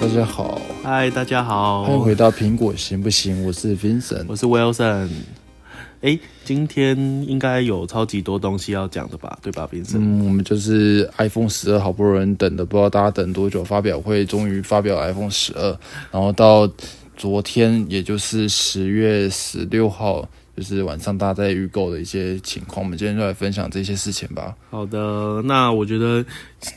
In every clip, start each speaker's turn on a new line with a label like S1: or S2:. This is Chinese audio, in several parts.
S1: 大家好，
S2: 嗨，大家好，
S1: 欢迎回到苹果行不行？我是 Vincent，
S2: 我是 Wilson。哎、今天应该有超级多东西要讲的吧？对吧，Vincent？、
S1: 嗯，我们就是 iPhone 十二，好不容易等的，不知道大家等多久，发表会终于发表了 iPhone 十二，然后到昨天，也就是十月十六号，就是晚上大家在预购的一些情况，我们今天就来分享这些事情吧。
S2: 好的，那我觉得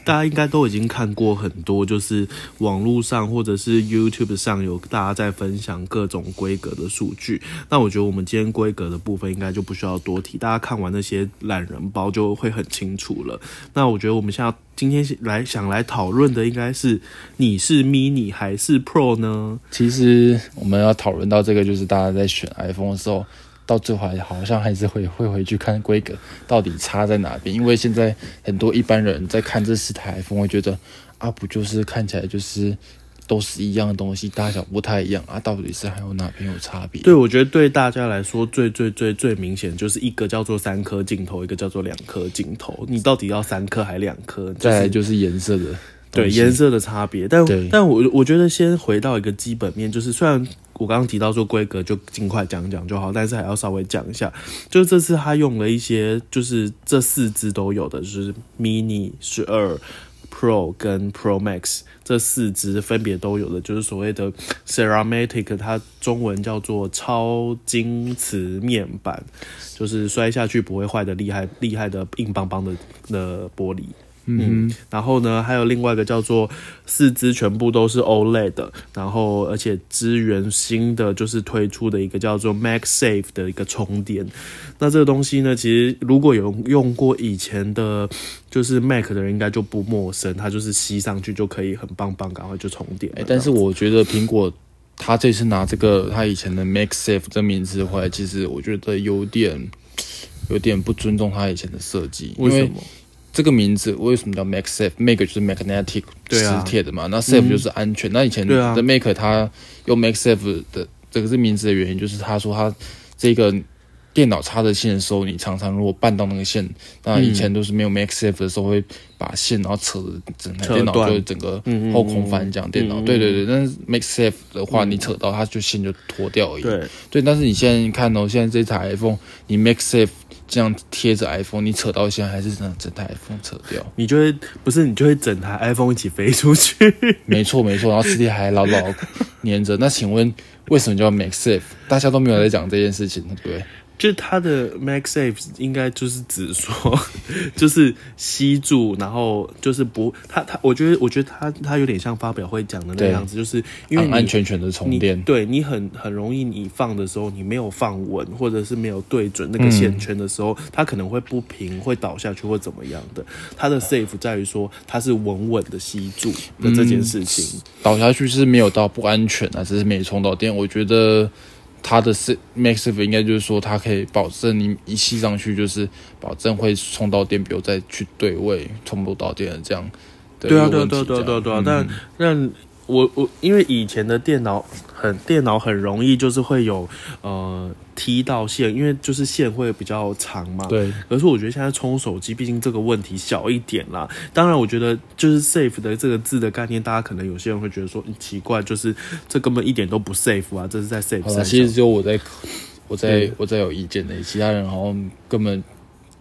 S2: 大家应该都已经看过很多，就是网络上或者是 YouTube 上有大家在分享各种规格的数据。那我觉得我们今天规格的部分应该就不需要多提，大家看完那些懒人包就会很清楚了。那我觉得我们现在今天来想来讨论的应该是你是 mini 还是 Pro 呢？
S1: 其实我们要讨论到这个，就是大家在选 iPhone 的时候，到最后还好像还是会会回去看规格到底差在哪边，因为现在很多一般人在看这四台 iPhone 会觉得啊，不就是看起来就是都是一样的东西，大小不太一样啊，到底是还有哪边有差别？
S2: 对，我觉得对大家来说，最最最最明显就是一个叫做三颗镜头，一个叫做两颗镜头。你到底要三颗还两颗？就
S1: 再来
S2: 是
S1: 就是颜色的东西，
S2: 对颜色的差别。但
S1: 对
S2: 但我我觉得先回到一个基本面，就是虽然我刚刚提到说规格就尽快讲讲就好，但是还要稍微讲一下，就是这次他用了一些，就是这四支都有的，就是 mini 十二。Pro 跟 Pro Max 这四支分别都有的，就是所谓的 ceramatic，它中文叫做超晶瓷面板，就是摔下去不会坏的厉害厉害的硬邦邦的的玻璃。嗯，然后呢，还有另外一个叫做四支全部都是 OLED 的，然后而且支援新的就是推出的一个叫做 MagSafe 的一个充电。那这个东西呢，其实如果有用过以前的，就是 Mac 的人应该就不陌生，它就是吸上去就可以很棒棒，赶快就充电了。
S1: 哎，但是我觉得苹果它这次拿这个它以前的 MagSafe 这名字回来，其实我觉得有点有点不尊重它以前的设计，
S2: 为
S1: 因
S2: 什么？
S1: 这个名字为什么叫 Mac Safe？Mac 就是 magnetic
S2: 对啊
S1: 磁铁的嘛，那 Safe 就是安全。那以前
S2: 对啊
S1: 的 Mac 它用 Mac Safe 的这个是名字的原因，就是他说他这个电脑插着线的时候，你常常如果绊到那个线，那
S2: 嗯
S1: 以前都是没有 Mac Safe 的时候会把线然后扯整台
S2: 扯
S1: 电脑
S2: 断
S1: 就整个
S2: 嗯
S1: 后空翻这样电脑。对对对，但是 Mac Safe 的话，你扯到它就线就脱掉而已。
S2: 对，
S1: 对，但是你现在看哦，现在这台 iPhone，你 Mac Safe 这样贴着 iPhone，你扯到现在还是整整台 iPhone 扯掉。
S2: 你就会不是你就会整台 iPhone 一起飞出去。
S1: 没错 没错，然后磁铁还牢牢粘着。那请问为什么叫 Mac Safe？大家都没有在讲这件事情，对不对？
S2: 就是它的 MagSafe 应该就是只说， 就是吸住，然后就是不，它它，我觉得我觉得它它有点像发表会讲的那
S1: 对
S2: 样子，就是因为
S1: 安
S2: 你
S1: 安全全的充
S2: 你
S1: 电。
S2: 对你很很容易，你放的时候你没有放稳，或者是没有对准那个线圈的时候，它可能会不平，会倒下去或怎么样的。它的 safe 在于说它是稳稳的吸住的这件事情。
S1: 倒下去是没有到不安全啊，只是没充到电。我觉得它的是 Max Safe 应该就是说，它可以保证你一吸上去就是保证会充到电，不用再去对位充不到电的这样的一
S2: 对啊，
S1: 个
S2: 对啊，
S1: 问题
S2: 对
S1: 这
S2: 啊
S1: 样。
S2: 对啊，对啊，对啊。
S1: 嗯
S2: 但但我我因为以前的电脑很电脑很容易就是会有呃踢到线，因为就是线会比较长嘛。。
S1: 对，
S2: 可是我觉得现在充手机，毕竟这个问题小一点啦。当然，我觉得就是 safe 的这个字的概念，大家可能有些人会觉得说嗯奇怪，就是这根本一点都不 safe 啊，这是在 safe
S1: 好了，
S2: 上。
S1: 其实只有我在，我在
S2: 对
S1: 我在有意见的，其他人好像根本没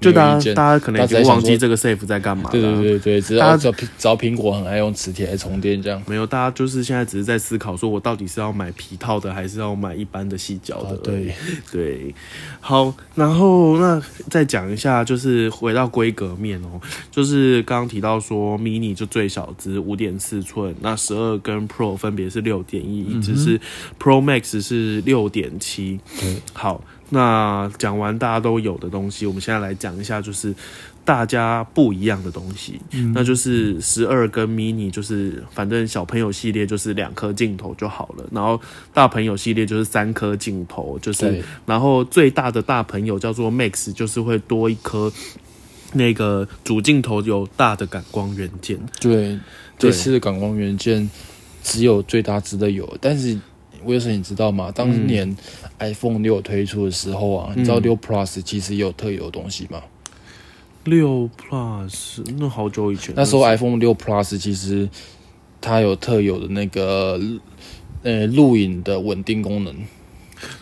S2: 就
S1: 有
S2: 大
S1: 意
S2: 家
S1: 见。
S2: 大家可能已
S1: 大家
S2: 经
S1: 在想
S2: 忘记
S1: 说
S2: 这个 safe 在干嘛了。
S1: 对对对对，只
S2: 大
S1: 要
S2: 家
S1: 只要苹只要苹果很爱用磁铁来充电这样。
S2: 没有，大家就是现在只是在思考，说我到底是要买皮套的，还是要买一般的细胶的、
S1: 啊对
S2: 对，好，然后那再讲一下，就是回到规格面哦，就是刚刚提到说 mini 就最小只五点四寸，那十二跟 Pro 分别是六点一，一只是 Pro Max 是六点七。
S1: 嗯对，
S2: 好，那讲完大家都有的东西，我们现在来讲一下，就是大家不一样的东西。
S1: 嗯
S2: 那就是十二跟 mini，就是反正小朋友系列就是两颗镜头就好了，然后大朋友系列就是三颗镜头，就是
S1: 对
S2: 然后最大的大朋友叫做 Max，就是会多一颗。那个主镜头有大的感光元件，
S1: 对，这
S2: 对
S1: 次的感光元件只有最大值的有，但是威尔森你知道吗？当
S2: 嗯
S1: 年 iPhone 六推出的时候啊，你知道六 Plus 其实也有特有的东西吗？
S2: 嗯六 Plus 那好久以前，
S1: 那时候 iPhone 六 Plus 其实它有特有的那个呃录影的稳定功能，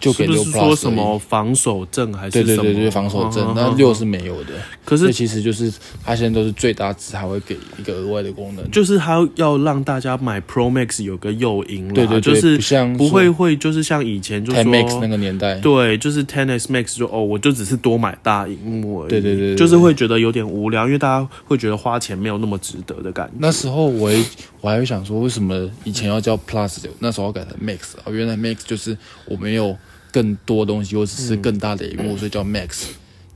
S1: 就给
S2: 是不
S1: 六
S2: 是
S1: Plus 而
S2: 说
S1: 已
S2: 什么防守阵还是
S1: 对
S2: 什
S1: 对
S2: 么？
S1: 对对，防守
S2: 嗯
S1: 阵
S2: 哼，
S1: 那
S2: 哼
S1: 六是没有的，
S2: 可
S1: 所以
S2: 是
S1: 其实就是它现在都是最大值，还会给一个额外的功能。
S2: 就是他要让大家买 Pro Max 有个诱因啦，
S1: 对对对，
S2: 就是
S1: 不像
S2: 不会会就是像以前就
S1: t
S2: 说
S1: Max 那个年代，
S2: 对，就是 Ten X Max 就哦，我就只是多买大荧幕而已。
S1: 对对对对对
S2: 就是会觉得有点无聊，因为大家会觉得花钱没有那么值得的感觉。
S1: 那时候我也我还会想说，为什么以前要叫 Plus，那时候要改成 Max 啊？原来 Max 就是我没有更多东西，我只
S2: 嗯
S1: 是更大的荧幕，所以叫 Max。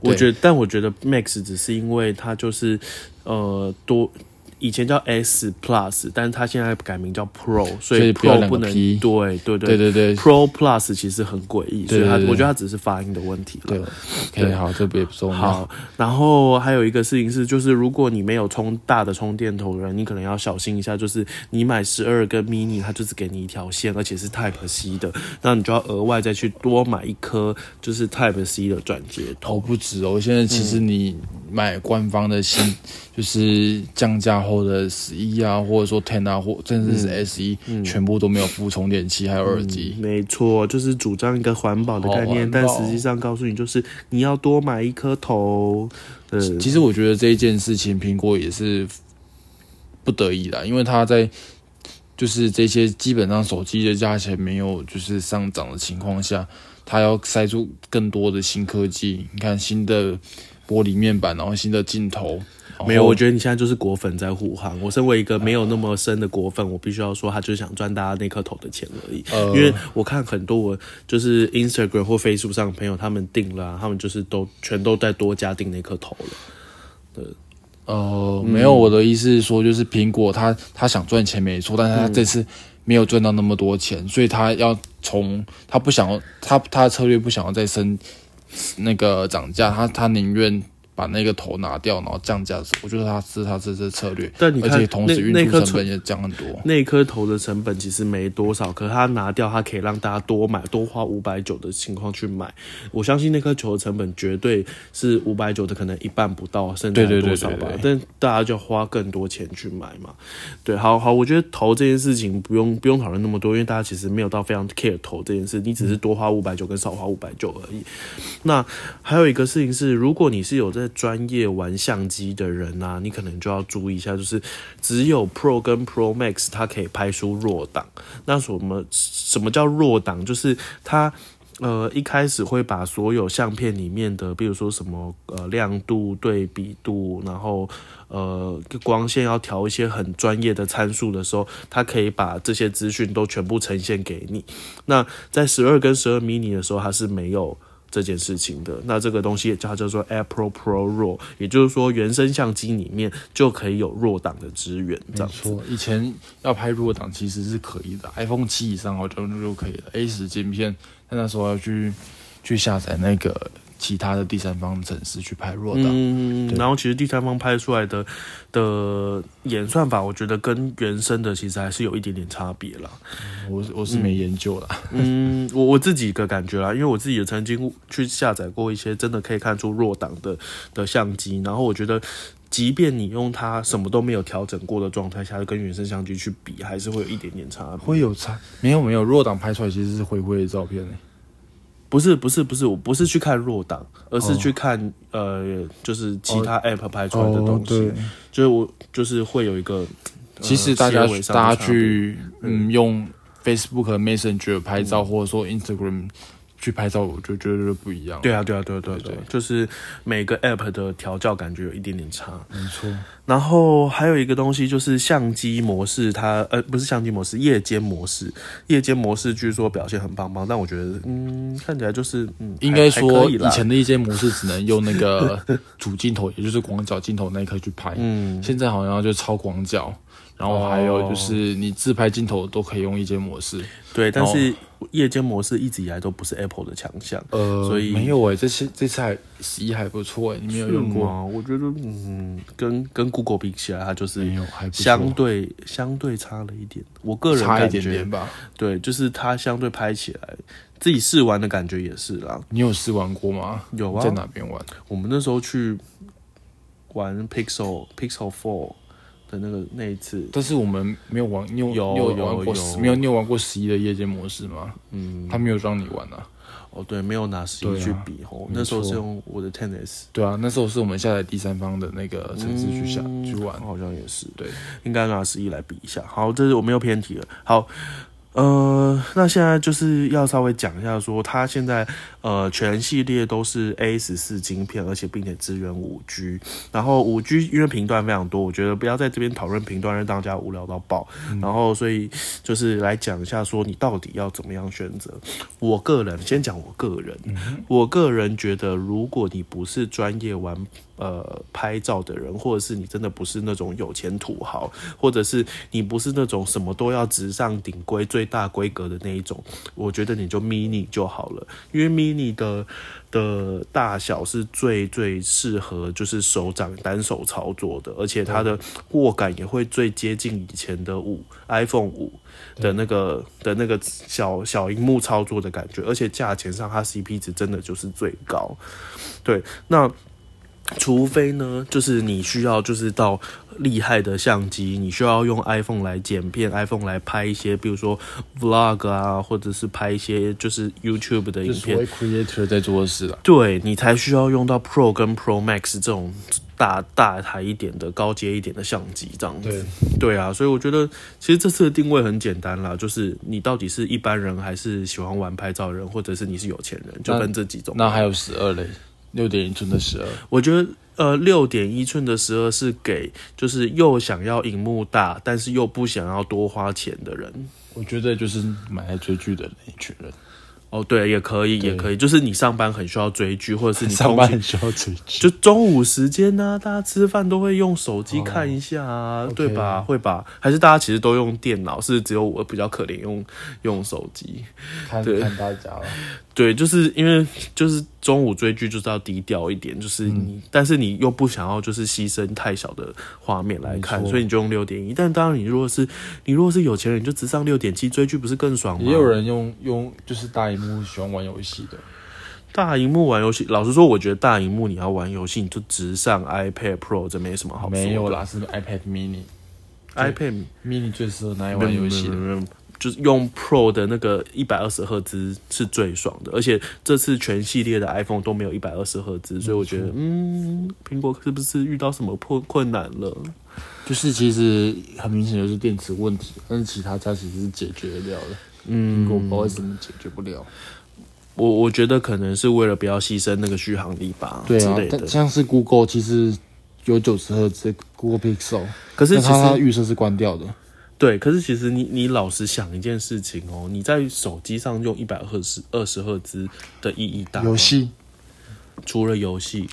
S2: 我
S1: 对
S2: 觉得，但我觉得 Max 只是因为它就是呃多。以前叫 S Plus，但是它现在改名叫 Pro，
S1: 所
S2: 所以
S1: 以不要
S2: Pro
S1: 两个
S2: 不能
S1: P
S2: 对对对
S1: 对对对
S2: Pro Plus 其实很诡异，所
S1: 对
S2: 以它
S1: 对对
S2: 我觉得它只是发音的问题了。
S1: 对，OK，好，嗯这不也不重要。
S2: 好，然后还有一个事情是，就是如果你没有充大的充电头的人，你可能要小心一下，就是你买十二跟 mini，它就只给你一条线，而且是 Type C 的，那你就要额外再去多买一颗就是 Type C 的转接头。
S1: 头不止哦，现在其实你买官方的新，就是降价后的十一啊，或者说 Ten 啊，或甚至是
S2: 嗯
S1: S 一、全部都没有附充电器，还有耳机。
S2: 没错，就是主张一个环保的概念，
S1: 好环
S2: 但
S1: 保
S2: 实际上告诉你就是你要多买一颗头。呃，
S1: 其实我觉得这一件事情，苹果也是不得已的，因为它在就是这些基本上手机的价钱没有就是上涨的情况下，它要塞出更多的新科技。你看新的玻璃面板，然后新的镜头，
S2: 没有，我
S1: 得
S2: 觉得你现在就是果粉在护航。我身为一个没有那么深的果粉，我必须要说，他就是想赚大家那颗头的钱而已。
S1: 呃
S2: 因为我看很多我就是 Instagram 或 Facebook 上的朋友，他们订了啊、他们就是都全都在多加订那颗头了。
S1: 呃没有，我的意思是说，就是苹果它它想赚钱没错，但是它这次。没有赚到那么多钱，所以它要从它不想要它它的策略不想要再升那个涨价，他他宁愿把那个头拿掉，然后降价。我觉得他是他这是策略，
S2: 但你看
S1: 而且同时
S2: 那那
S1: 运
S2: 颗
S1: 输成
S2: 存
S1: 本也降很多。
S2: 那颗头的成本其实没多少，可是他拿掉，他可以让大家多买，多花五百九的情况去买。我相信那颗球的成本绝对是五百九的，可能一半不到，甚至
S1: 对
S2: 还
S1: 对对
S2: 多少吧。
S1: 对对
S2: 但大家就花更多钱去买嘛。对，好好，我觉得投这件事情不用不用讨论那么多，因为大家其实没有到非常 care 投这件事，你只是多花五百九跟少花五百九而已。那还有一个事情是，如果你是有在专业玩相机的人啊，你可能就要注意一下，就是只有 Pro 跟 Pro Max 它可以拍出弱档。那什么什么叫弱档？就是它。呃，一开始会把所有相片里面的，比如说什么呃亮度、对比度，然后呃光线要调一些很专业的参数的时候，它可以把这些资讯都全部呈现给你。那在十二跟十二 mini 的时候，它是没有这件事情的。那这个东西也叫它叫做 Apple Pro RAW，也就是说原生相机里面就可以有弱档的资源，这
S1: 没
S2: 样子。
S1: 错，以前要拍弱档其实是可以的，iPhone 七以上好像就就可以了。A 十晶片，但那时候要去去下载那个其他的第三方程式去拍弱档。
S2: 嗯，
S1: 对
S2: 然后其实第三方拍出来的的演算法，我觉得跟原生的其实还是有一点点差别啦。
S1: 我我是没研究啦，
S2: 嗯，我我自己个感觉啦，因为我自己也曾经去下载过一些真的可以看出弱档的的相机，然后我觉得，即便你用它什么都没有调整过的状态下，跟原生相机去比，还是会有一点点差别。
S1: 会有差？ 没有没有，弱档拍出来其实是灰灰的照片、欸。
S2: 不是不是不是，我不是去看弱档，而是
S1: 哦
S2: 去看、呃，就是其他 app 拍出来的
S1: 哦
S2: 东，西，
S1: 对，
S2: 就是我就是会有一个。呃
S1: 其实大家、
S2: 细微上的
S1: 大家
S2: 差别嗯
S1: 去嗯用 Facebook 和 Messenger 拍照，或者说 Instagram 去拍照，我就觉得就不一样。
S2: 对，啊，对啊，对啊对啊对
S1: 对
S2: 啊
S1: 对，
S2: 就是每个 app 的调教感觉有一点点差。
S1: 没错。
S2: 然后还有一个东西就是相机模式它，呃不是相机模式，夜间模式。夜间模式据说表现很棒棒，但我觉得嗯看起来就是嗯
S1: 应该
S2: 还还
S1: 说
S2: 可以啦
S1: 以前的一些模式只能用那个 主镜头，也就是广角镜头那一颗去拍。
S2: 嗯哦
S1: 现在好像就超广角，然后还有就是你自拍镜头都可以用一阶模式。
S2: 对，但是
S1: 哦
S2: 夜间模式一直以来都不是 Apple 的强项。
S1: 呃
S2: 所以
S1: 没有哎、这次这次还十一还不错哎、你没有用
S2: 是
S1: 过？
S2: 吗？我觉得嗯跟跟 Google 比起来，它就是
S1: 没有，还不错
S2: 相对相对差了一点。我个人
S1: 差
S2: 感
S1: 一
S2: 觉
S1: 点点吧。
S2: 对，就是它相对拍起来自己试玩的感觉也是啦。
S1: 你有试玩过吗？
S2: 有啊
S1: 在哪边玩？
S2: 我们那时候去玩 Pixel Pixel Four 的那个那一次，
S1: 但是我们没有玩，你有
S2: 有
S1: 你
S2: 有
S1: 玩过
S2: 有
S1: 十没有？你有玩过十一的夜间模式吗？
S2: 嗯，
S1: 他没有让你玩啊。
S2: 哦对，没有拿十
S1: 对
S2: 一
S1: 啊
S2: 去比吼、
S1: 没
S2: 那时候是
S1: 错
S2: 用我的 Tennis
S1: 对啊，那时候是我们下载第三方的那个城市去下、
S2: 嗯
S1: 去玩。
S2: 好像也是
S1: 对，
S2: 应该拿十一来比一下。好，这是我们又偏题了。好，呃，那现在就是要稍微讲一下说它现在呃全系列都是 A 十四晶片，而且并且支援五 G。然后五 G 因为频段非常多，我觉得不要在这边讨论频段，让大家无聊到爆。
S1: 嗯
S2: 然后所以就是来讲一下说你到底要怎么样选择。我个人先讲我个人，
S1: 嗯
S2: 我个人觉得，如果你不是专业玩呃拍照的人，或者是你真的不是那种有钱土豪，或者是你不是那种什么都要直上顶规最大规格的那一种，我觉得你就 mini 就好了，因为 mini 的的大小是最最适合就是手掌单手操作的，而且它的握感也会最接近以前的五 iPhone 五的那个的那个小小荧幕操作的感觉，而且价钱上它 CP 值真的就是最高。对，那除非呢，就是你需要就是到厉害的相机，你需要用 iPhone 来剪片，iPhone 来拍一些，比如说 vlog 啊，或者是拍一些就是 YouTube 的影
S1: 就所
S2: 片
S1: 谓，creator 在做的事啊。
S2: 对你才需要用到 Pro 跟 Pro Max 这种大大台一点的、高阶一点的相机这样子。
S1: 对，
S2: 对啊，所以我觉得其实这次的定位很简单啦，就是你到底是一般人还是喜欢玩拍照的人，或者是你是有钱人，就
S1: 那
S2: 分这几种。
S1: 那还有十二嘞，六点一寸的十二。
S2: 我觉得呃，六点一寸的十二是给就是又想要荧幕大，但是又不想要多花钱的人。
S1: 我觉得就是买来追剧的那一群人，
S2: 哦，对，也可以，也可以，就是你上班很需要追剧，或者是你
S1: 上
S2: 空
S1: 班
S2: 闲
S1: 很需要追剧。
S2: 就中午时间呢、大家吃饭都会用手机看一下
S1: 哦
S2: 啊，对吧？会吧？还是大家其实都用电脑？是只有我比较可怜用用手机？
S1: 看
S2: 对
S1: 看大家了，
S2: 对，就是因为就是中午追剧就是要低调一点，就是
S1: 嗯
S2: 你，但是你又不想要就是牺牲太小的画面来看，
S1: 没错
S2: 所以你就用六点一。但当然，你如果是你如果是有钱人，你就直上六点七追剧，不是更爽吗？
S1: 也有人用用就是大荧幕喜欢玩游戏的，
S2: 大荧幕玩游戏，老实说，我觉得大荧幕你要玩游戏，你就直上 iPad Pro，这没什么好说的。
S1: 没有啦，是 iPad mini。
S2: ，iPad。
S1: mini 最适合拿来
S2: 没有
S1: 玩游戏的。
S2: 没有没有就是用 Pro 的那个一百二十赫兹是最爽的，而且这次全系列的 iPhone 都没有一百二十赫兹，所以我觉得，嗯，苹果是不是遇到什么困困难了？
S1: 就是其实很明显就是电池问题，但是其他家其实是解决得了的。嗯，我不知道为什么解决不了。
S2: 我我觉得可能是为了不要牺牲那个续航力吧，
S1: 对
S2: 之
S1: 啊
S2: 类，的
S1: 但。像是 Google 其实有九十赫兹 Google Pixel，
S2: 可是
S1: 但
S2: 其
S1: 它它
S2: 实
S1: 预设是关掉的。
S2: 对，可是其实你你老实想一件事情哦，你在手机上用一百赫兹、二十赫兹的意义大吗
S1: 游戏
S2: 除了游戏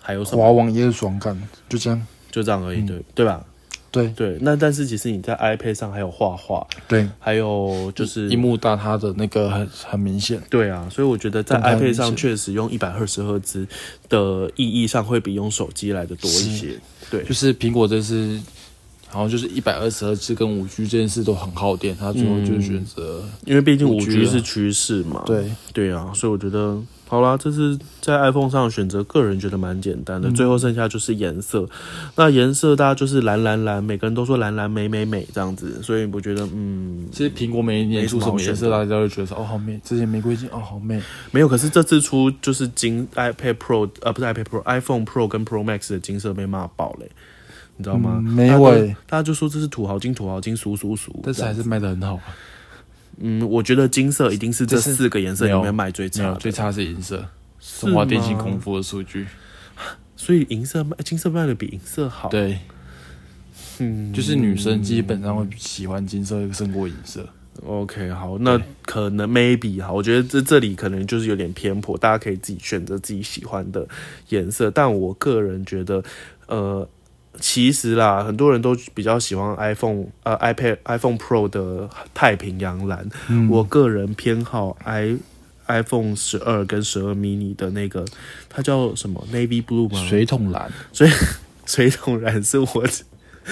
S2: 还有什么？
S1: 滑网也是爽感，就这样。
S2: 就这样而已，
S1: 嗯
S2: 对对吧？
S1: 对
S2: 对，那但是其实你在 iPad 上还有画画，
S1: 对，
S2: 还有就是
S1: 荧幕大它的那个很很明显。
S2: 对啊，所以我觉得在
S1: 动态
S2: iPad
S1: 明
S2: 上
S1: 显
S2: 确实用一百二十赫兹的意义上会比用手机来的多一些。对
S1: 就，是苹果这次好像就是一百二十赫兹跟五 G 这件事都很耗电，它最后就选择、
S2: 因为毕竟五
S1: 5G
S2: G
S1: 啊
S2: 是趋势嘛。
S1: 对。
S2: 对啊，所以我觉得好啦，这是在 iPhone 上的选择，个人觉得蛮简单的。
S1: 嗯
S2: 最后剩下就是颜色，那颜色大家就是蓝蓝蓝，每个人都说蓝蓝美美美这样子，所以我觉得嗯
S1: 其实苹果每一年出什么颜
S2: 没什
S1: 色，
S2: 么
S1: 大家都觉得说哦好美，之前玫瑰金哦
S2: 嗯
S1: 好美，
S2: 没有，可是这次出就是金 iPad Pro 呃不是 iPad Pro，iPhone Pro 跟 Pro Max 的金色被骂爆嘞、你知道吗？
S1: 嗯没
S2: 大家都
S1: 喂
S2: 大家就说这是土豪金，土豪金，俗俗俗。
S1: 但是还是卖的很好啊。
S2: 嗯，我觉得金色一定是这
S1: 这是
S2: 四个颜色
S1: 没有
S2: 里面卖最
S1: 没
S2: 差
S1: 有，
S2: 的，
S1: 最差是银色，
S2: 是
S1: 中华电信
S2: 吗
S1: 空，腹的数据。
S2: 所以银色卖金色卖的比银色好。，
S1: 对，
S2: 嗯，
S1: 就是女生基本上会喜欢金色胜过银色。
S2: OK，好，那可能 maybe 好，我觉得这这里可能就是有点偏颇，大家可以自己选择自己喜欢的颜色。但我个人觉得，呃，其实啦，很多人都比较喜欢 iPhone 呃 iPad iPhone Pro 的太平洋蓝，我个人偏好 i iPhone 十二跟十二 mini 的那个，它叫什么 navy blue 吗？
S1: 水桶蓝，
S2: 水桶蓝是我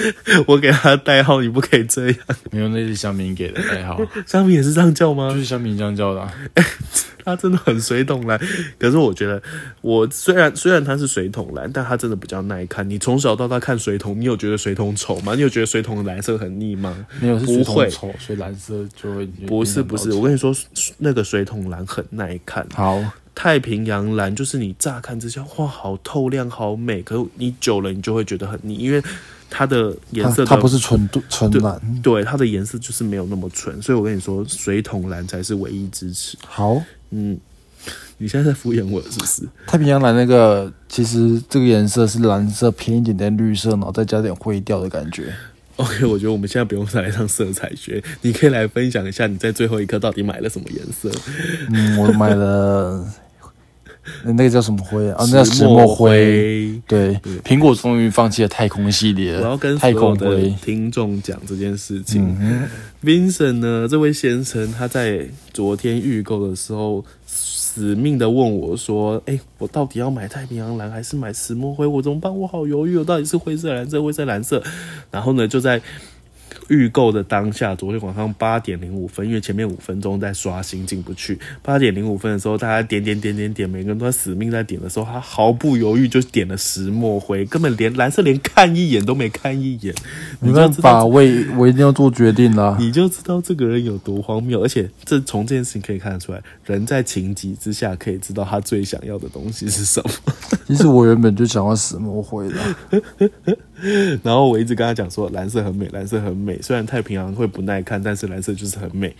S2: 我给他代号，你不可以这样。
S1: 没有那是香民给的代号，
S2: 商品也是这样叫
S1: 就
S2: 吗？
S1: 是香民这样叫的、啊。
S2: 他真的很水桶蓝，可是我觉得，我虽然虽然他是水桶蓝，但他真的比较耐看。你从小到大看水桶，你有觉得水桶丑吗？你有觉得水桶蓝色很腻吗？
S3: 嗯
S1: 没有是
S2: 不
S1: 水桶
S2: 会
S1: 丑，所以蓝色就会
S2: 不是不是，我跟你说，那个水桶蓝很耐看。
S1: 好，
S2: 太平洋蓝就是你乍看之下，哇，好透亮，好美。可是你久了，你就会觉得很腻，因为它的颜色
S3: 它它不
S2: 的
S3: 是纯度纯蓝。
S2: 对它的颜色就是没有那么纯。所以我跟你说，水桶蓝才是唯一支持。
S3: 好，
S2: 嗯，你现在在敷衍我是不是？
S3: 太平洋蓝那个其实这个颜色是蓝色偏一点点绿色，然后再加点灰调的感觉。
S2: OK，我觉得我们现在不用再来上色彩学，你可以来分享一下你在最后一刻到底买了什么颜色。
S3: 嗯， 我买了那那个叫什么灰啊？啊，那叫石墨
S2: 墨
S3: 灰。
S2: 灰。
S3: 对，
S1: 苹果终于放弃了太空系列
S2: 我要
S1: 了，
S2: 跟所
S1: 太
S2: 有
S1: 空
S2: 的
S1: 灰。
S2: 听众讲这件事情。Vincent
S3: 嗯
S2: 呢，这位先生他在昨天预购的时候，死命的问我说：“哎、我到底要买太平洋蓝还是买石墨灰？我怎么办？我好犹豫，我哦到底是灰色、蓝色、灰色、蓝色。”然后呢，就在预购的当下，昨天晚上八点零五分，因为前面五分钟在刷新进不去，八点零五分的时候，大家点点点点点，每个人都在死命在点的时候，他毫不犹豫就点了石墨灰，根本连蓝色连看一眼都没看一眼，
S3: 没
S2: 你就
S3: 办
S2: 知道
S3: 法，我也我一定要做决定啦。
S2: 你就知道这个人有多荒谬，而且这从这件事情可以看得出来，人在情急之下可以知道他最想要的东西是什么。
S3: 其实我原本就想要石墨灰的，
S2: 然后我一直跟他讲说，蓝色很美，蓝色很美。虽然太平洋会不耐看，但是蓝色就是很美。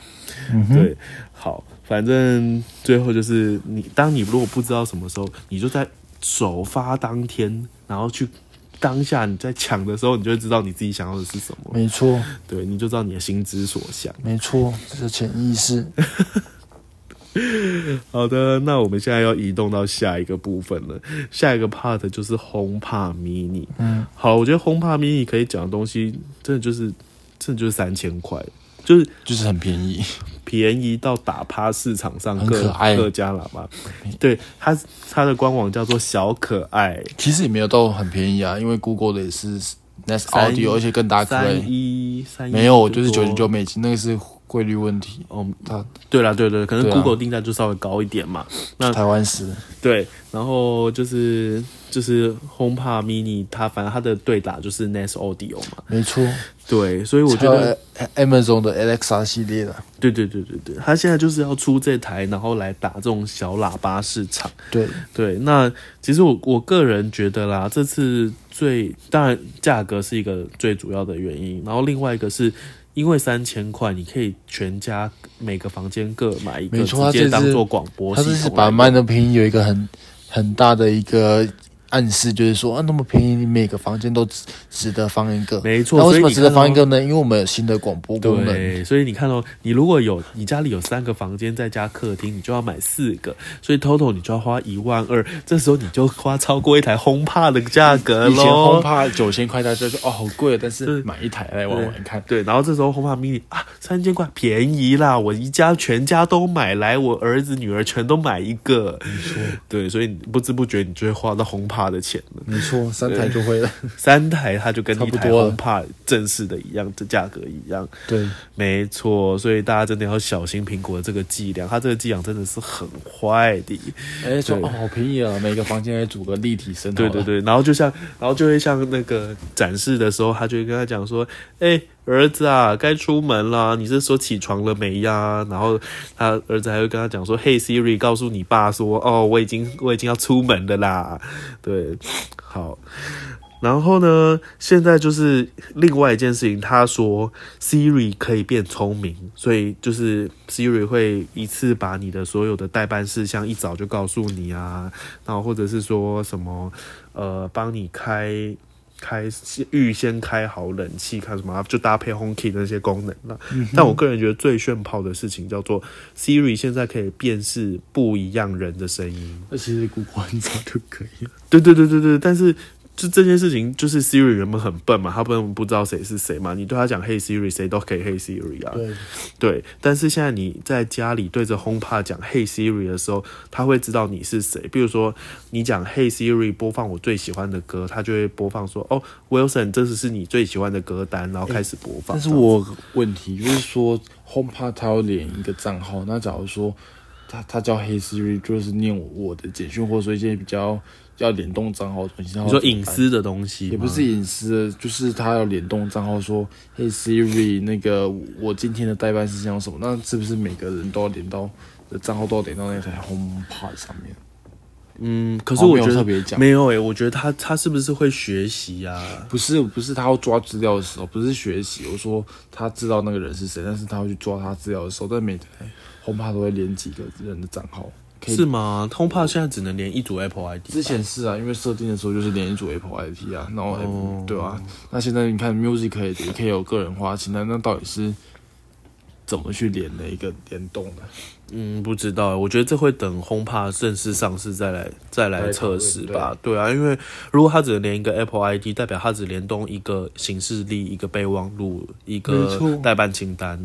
S2: 对，好，反正最后就是你，当你如果不知道什么时候，你就在首发当天，然后去当下你在抢的时候，你就会知道你自己想要的是什
S1: 嗯
S2: 么。
S3: 没错，
S2: 对，你就知道你的心之所向。
S3: 没错，这是潜意 识。
S2: 好的，那我们现在要移动到下一个部分了。下一个 part 就是轰帕 mini。嗯，好，我觉得轰帕 mini 可以讲的东西，真的就是，真的就是三千块，就是
S1: 就是很便宜，
S2: 便宜到打趴市场上
S1: 很
S2: 各
S1: 可爱
S2: 各家喇叭。对，它它的官网叫做小可爱
S1: 其实也没有到很便宜啊，因为 Google 的也是 Nest Audio，而且更大颗、
S2: 三
S1: 欸，
S2: 一三一
S1: 没有就是九
S2: 多
S1: 十九。美金，那个是汇率问题，
S2: 哦，
S1: 它
S2: 对啦，对对，可能
S1: 对啊
S2: Google 定价就稍微高一点嘛。那
S1: 台湾十
S2: 对，然后就是就是 HomePod Mini，它反正它的对打就是 Nest Audio 嘛。
S3: 没错，
S2: 对，所以我
S3: 还
S2: 觉得，
S3: 有 Amazon 的 Alexa 系列的，
S2: 对对对对对，他现在就是要出这台，然后来打这种小喇叭市场。
S3: 对，
S2: 对，那其实我我个人觉得啦，这次最当然价格是一个最主要的原因，然后另外一个是因为三千块，你可以全家每个房间各买一个，
S1: 没
S2: 直
S1: 错它
S2: 接
S1: 这
S2: 当
S1: 次
S2: 做广播
S1: 它
S2: 系
S1: 这是
S2: 统
S1: 把
S2: 来
S1: 麦
S2: 用
S1: 的便宜有一个很很大的一个暗示，就是说啊，那么便宜，你每个房间都值值得放一个。
S2: 没错，
S1: 那为
S2: 所
S1: 什
S2: 以
S1: 么
S2: 你
S1: 值得
S2: 看
S1: 放
S2: 到
S1: 一个呢？因为我们有新的广播功能。
S2: 对，所以你看哦，你如果有你家里有三个房间，再加客厅，你就要买四个，所以 total 你就要花一万二，这时候你就花超过一台轰趴的价格
S1: 以前轰
S2: 喽。
S1: 趴九千块，大家说哦好贵，但
S2: 对
S1: 是买一台来玩玩看。
S2: 对，然后这时候轰趴 mini 啊，三千块便宜啦，我一家全家都买来，我儿子女儿全都买一个。对，所以你不知不觉你就会花到轰趴的钱了。
S3: 没错，三台就会了。
S2: 三台它就跟
S1: 差
S2: 一
S1: 不
S2: 台
S1: 多了
S2: 轰趴正式的一样，这价格一样。
S3: 对，
S2: 没错，所以大家真的要小心苹果的这个伎俩，它这个伎俩真的是很坏的。
S1: 哎，说
S2: 对
S1: 哦好便宜啊，每个房间还组个立体声。
S2: 对对，对，然后就像，然后就会像那个展示的时候，他就会跟他讲说：“哎、儿子啊，该出门啦，你是说起床了没呀、然后他儿子还会跟他讲说：“嘿，Siri，告诉你爸说，哦，我已经我已经要出门的啦。”对，好。然后呢？现在就是另外一件事情，他说 Siri 可以变聪明，所以就是 Siri 会一次把你的所有的代办事项一早就告诉你啊，然后或者是说什么呃，帮你开开预先开好冷气，看什么啊就搭配 HomeKit 的那些功能了。但我个人觉得最炫炮的事情叫做 Siri 现在可以辨识不一样人的声音。
S1: 那其实 Google 很早就可以了。
S2: 对对对对对，但是就这件事情，就是 Siri 原本很笨嘛，他不能不知道谁是谁嘛。你对他讲 Hey Siri，谁都可以 Hey Siri 啊。
S3: 对，
S2: 对，但是现在你在家里对着 HomePod 讲 Hey Siri 的时候，它会知道你是谁。比如说你讲 Hey Siri 播放我最喜欢的歌，它就会播放说哦 Wilson，这只是你最喜欢的歌单，然后开始播放。
S1: 但是我有个问题就是说，HomePod 它要连一个账号，那假如说它它叫黑 Siri，就是念我我的简讯，或者说一些比较要联动账号的东西，你
S2: 你说隐私的东西吗
S1: 也不是隐私，就是它要联动账号说，黑 Siri，那个我今天的代办事项是什么？那是不是每个人都要连到的账号都要连到那台 HomePod 上面？
S2: 嗯，可是
S1: 好像
S2: 我
S1: 哦没有
S2: 觉得
S1: 特别讲
S2: 没有诶、我觉得他他是不是会学习啊？
S1: 不是不是，他要抓资料的时候，不是学习。我说他知道那个人是谁，但是他会去抓他资料的时候，但每台轰趴都会连几个人的账号。可以
S2: 是吗？HomePod 现在只能连一组 Apple ID 吧。
S1: 之前是啊，因为设定的时候就是连一组 Apple IP 啊，然后 Apple、对啊，那现在你看 Music 也也可以有个人化清单，那到底是怎么去连的一个联动的？
S2: 嗯，不知道欸，我觉得这会等 HomePod 正式上市再来再来测试吧。对啊，因为如果它只能连一个 Apple ID，代表它只联动一个行事历、一个备忘录、一
S3: 没
S2: 个
S3: 错
S2: 代办清单，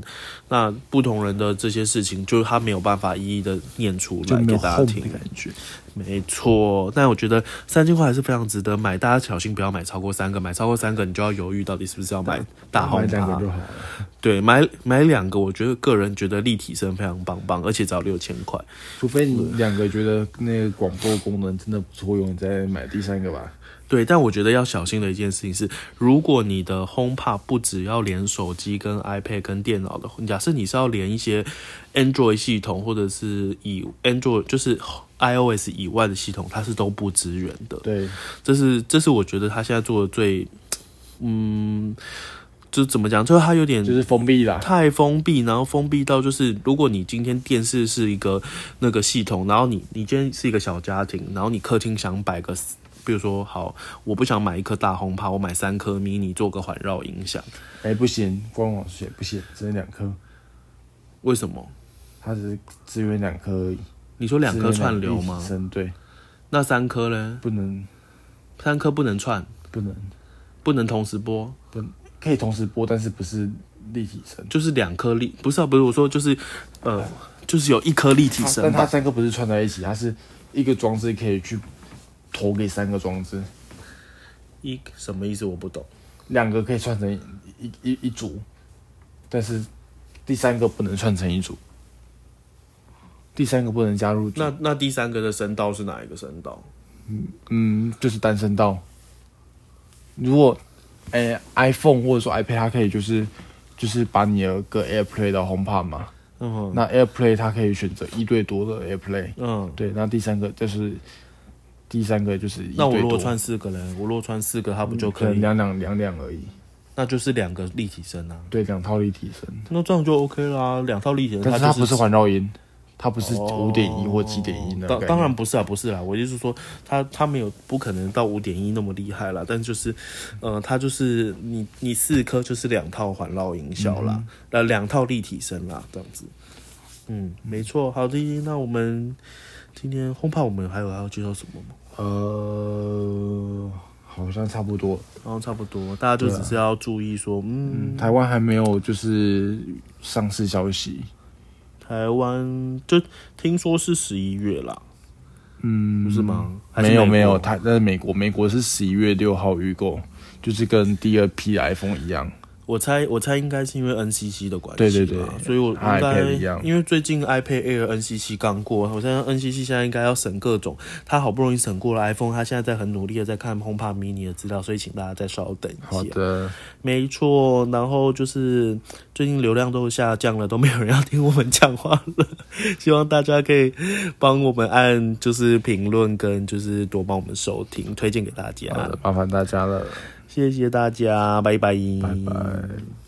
S2: 那不同人的这些事情，就是它没有办法一一的念出
S3: 就
S2: 来
S3: 没
S2: 给
S3: 有
S2: 大家
S3: home 的
S2: 听。
S3: 感觉。
S2: 没错，但我觉得三千块还是非常值得买，大家小心不要买超过三个，买超过三个你就要犹豫到底是不是要买大
S1: 买
S2: 红
S1: 两
S2: 卡
S1: 个。就好了。
S2: 对，买买两个，我觉得个人觉得立体声非常棒棒，而且只要六千块。
S1: 除非你两个觉得那个广播功能真的不错用，你再买第三个吧。
S2: 对，但我觉得要小心的一件事情是，如果你的 HomePod 不只要连手机、跟 iPad、跟电脑的，假设你是要连一些 Android 系统，或者是以 Android 就是 iOS 以外的系统，它是都不支援的。
S1: 对，
S2: 这是这是我觉得他现在做的最，嗯，就怎么讲，就是他有点
S1: 就是封闭啦。
S2: 太封闭，然后封闭到就是，如果你今天电视是一个那个系统，然后你你今天是一个小家庭，然后你客厅想摆个，比如说好，我不想买一颗大轰趴，我买三颗 mini 做个环绕音响，
S1: 哎、不行，官网写不行，只能两颗，
S2: 为什么？
S1: 它只是支援两颗而已。
S2: 你说两颗串流
S1: 只？能两颗一
S2: 吗
S1: 起生对，
S2: 那三颗嘞？
S1: 不能
S2: 三颗不能串，
S1: 不能
S2: 不能同时播，
S1: 不能，可以同时播，但是不是立体声。
S2: 就是两颗立，不是啊，不是我说就是，呃，就是有一颗立体
S1: 它
S2: 声
S1: 但它
S2: 吧。
S1: 三个不是串在一起，它是一个装置可以去投给三个装置，
S2: 一什么意思？我不懂。
S1: 两个可以串成一一一一组，但是第三个不能串成一组，第三个不能加入组。
S2: 那那第三个的声道是哪一个声道？
S1: 嗯，就是单声道。如果，诶、i p h o n e 或者说 iPad，它可以就是就是把你的歌 AirPlay 到 HomePod 嘛。
S2: 嗯
S1: 那 AirPlay 它可以选择一对多的 AirPlay。
S2: 嗯，
S1: 对，那第三个就是第三个就是一
S2: 那我
S1: 对
S2: 如果
S1: 多，嗯
S2: 穿四个嘞，我如果穿四个，它不就
S1: 可
S2: 可以？
S1: 能两两两两而已。
S2: 那就是两个立体声啊，
S1: 对，两套立体声，
S2: 那这样就 OK 啦。两套立体声，
S1: 但是它
S2: 它就
S1: 不是环绕音，它不是
S2: 哦
S1: 五点一或七点一那种
S2: 当
S1: 概
S2: 当然
S1: 念
S2: 不是啊，不是啦，我就是说，它它没有不可能到五点一那么厉害啦，但就是，呃，它就是你你四颗就是两套环绕音效
S1: 嗯
S2: 啦，那两、套立体声啦，这样子。嗯，没错。好的，那我们今天轰炮，我们还有还要介绍什么吗？
S1: 呃，好像差不多了。
S2: 然后差不多，大家就
S1: 啊
S2: 只是要注意说，嗯，
S1: 台湾还没有就是上市消息。
S2: 台湾就听说是十一月啦，
S1: 嗯
S2: 不是吗？还是
S1: 没有没有，
S2: 美国
S1: 它在美国，美国是十一月六号预购，就是跟第二批 iPhone 一样。
S2: 我猜我猜应该是因为 NCC 的关系，
S1: 对对对
S2: 所以我应
S1: 它 iPad
S2: 该
S1: 一样
S2: 因为最近 iPad Air NCC 刚过，我现在 NCC 现在应该要审各种，他好不容易审过了 iPhone，他现在在很努力的在看 HomePod Mini 的资料，所以请大家再稍等一下。
S1: 好的，
S2: 没错，然后就是最近流量都下降了，都没有人要听我们讲话了。希望大家可以帮我们按就是评论跟就是多帮我们收听，推荐给大
S1: 好
S2: 家
S1: 的，。麻烦大家了，
S2: 谢谢大家，拜拜，
S1: 拜拜。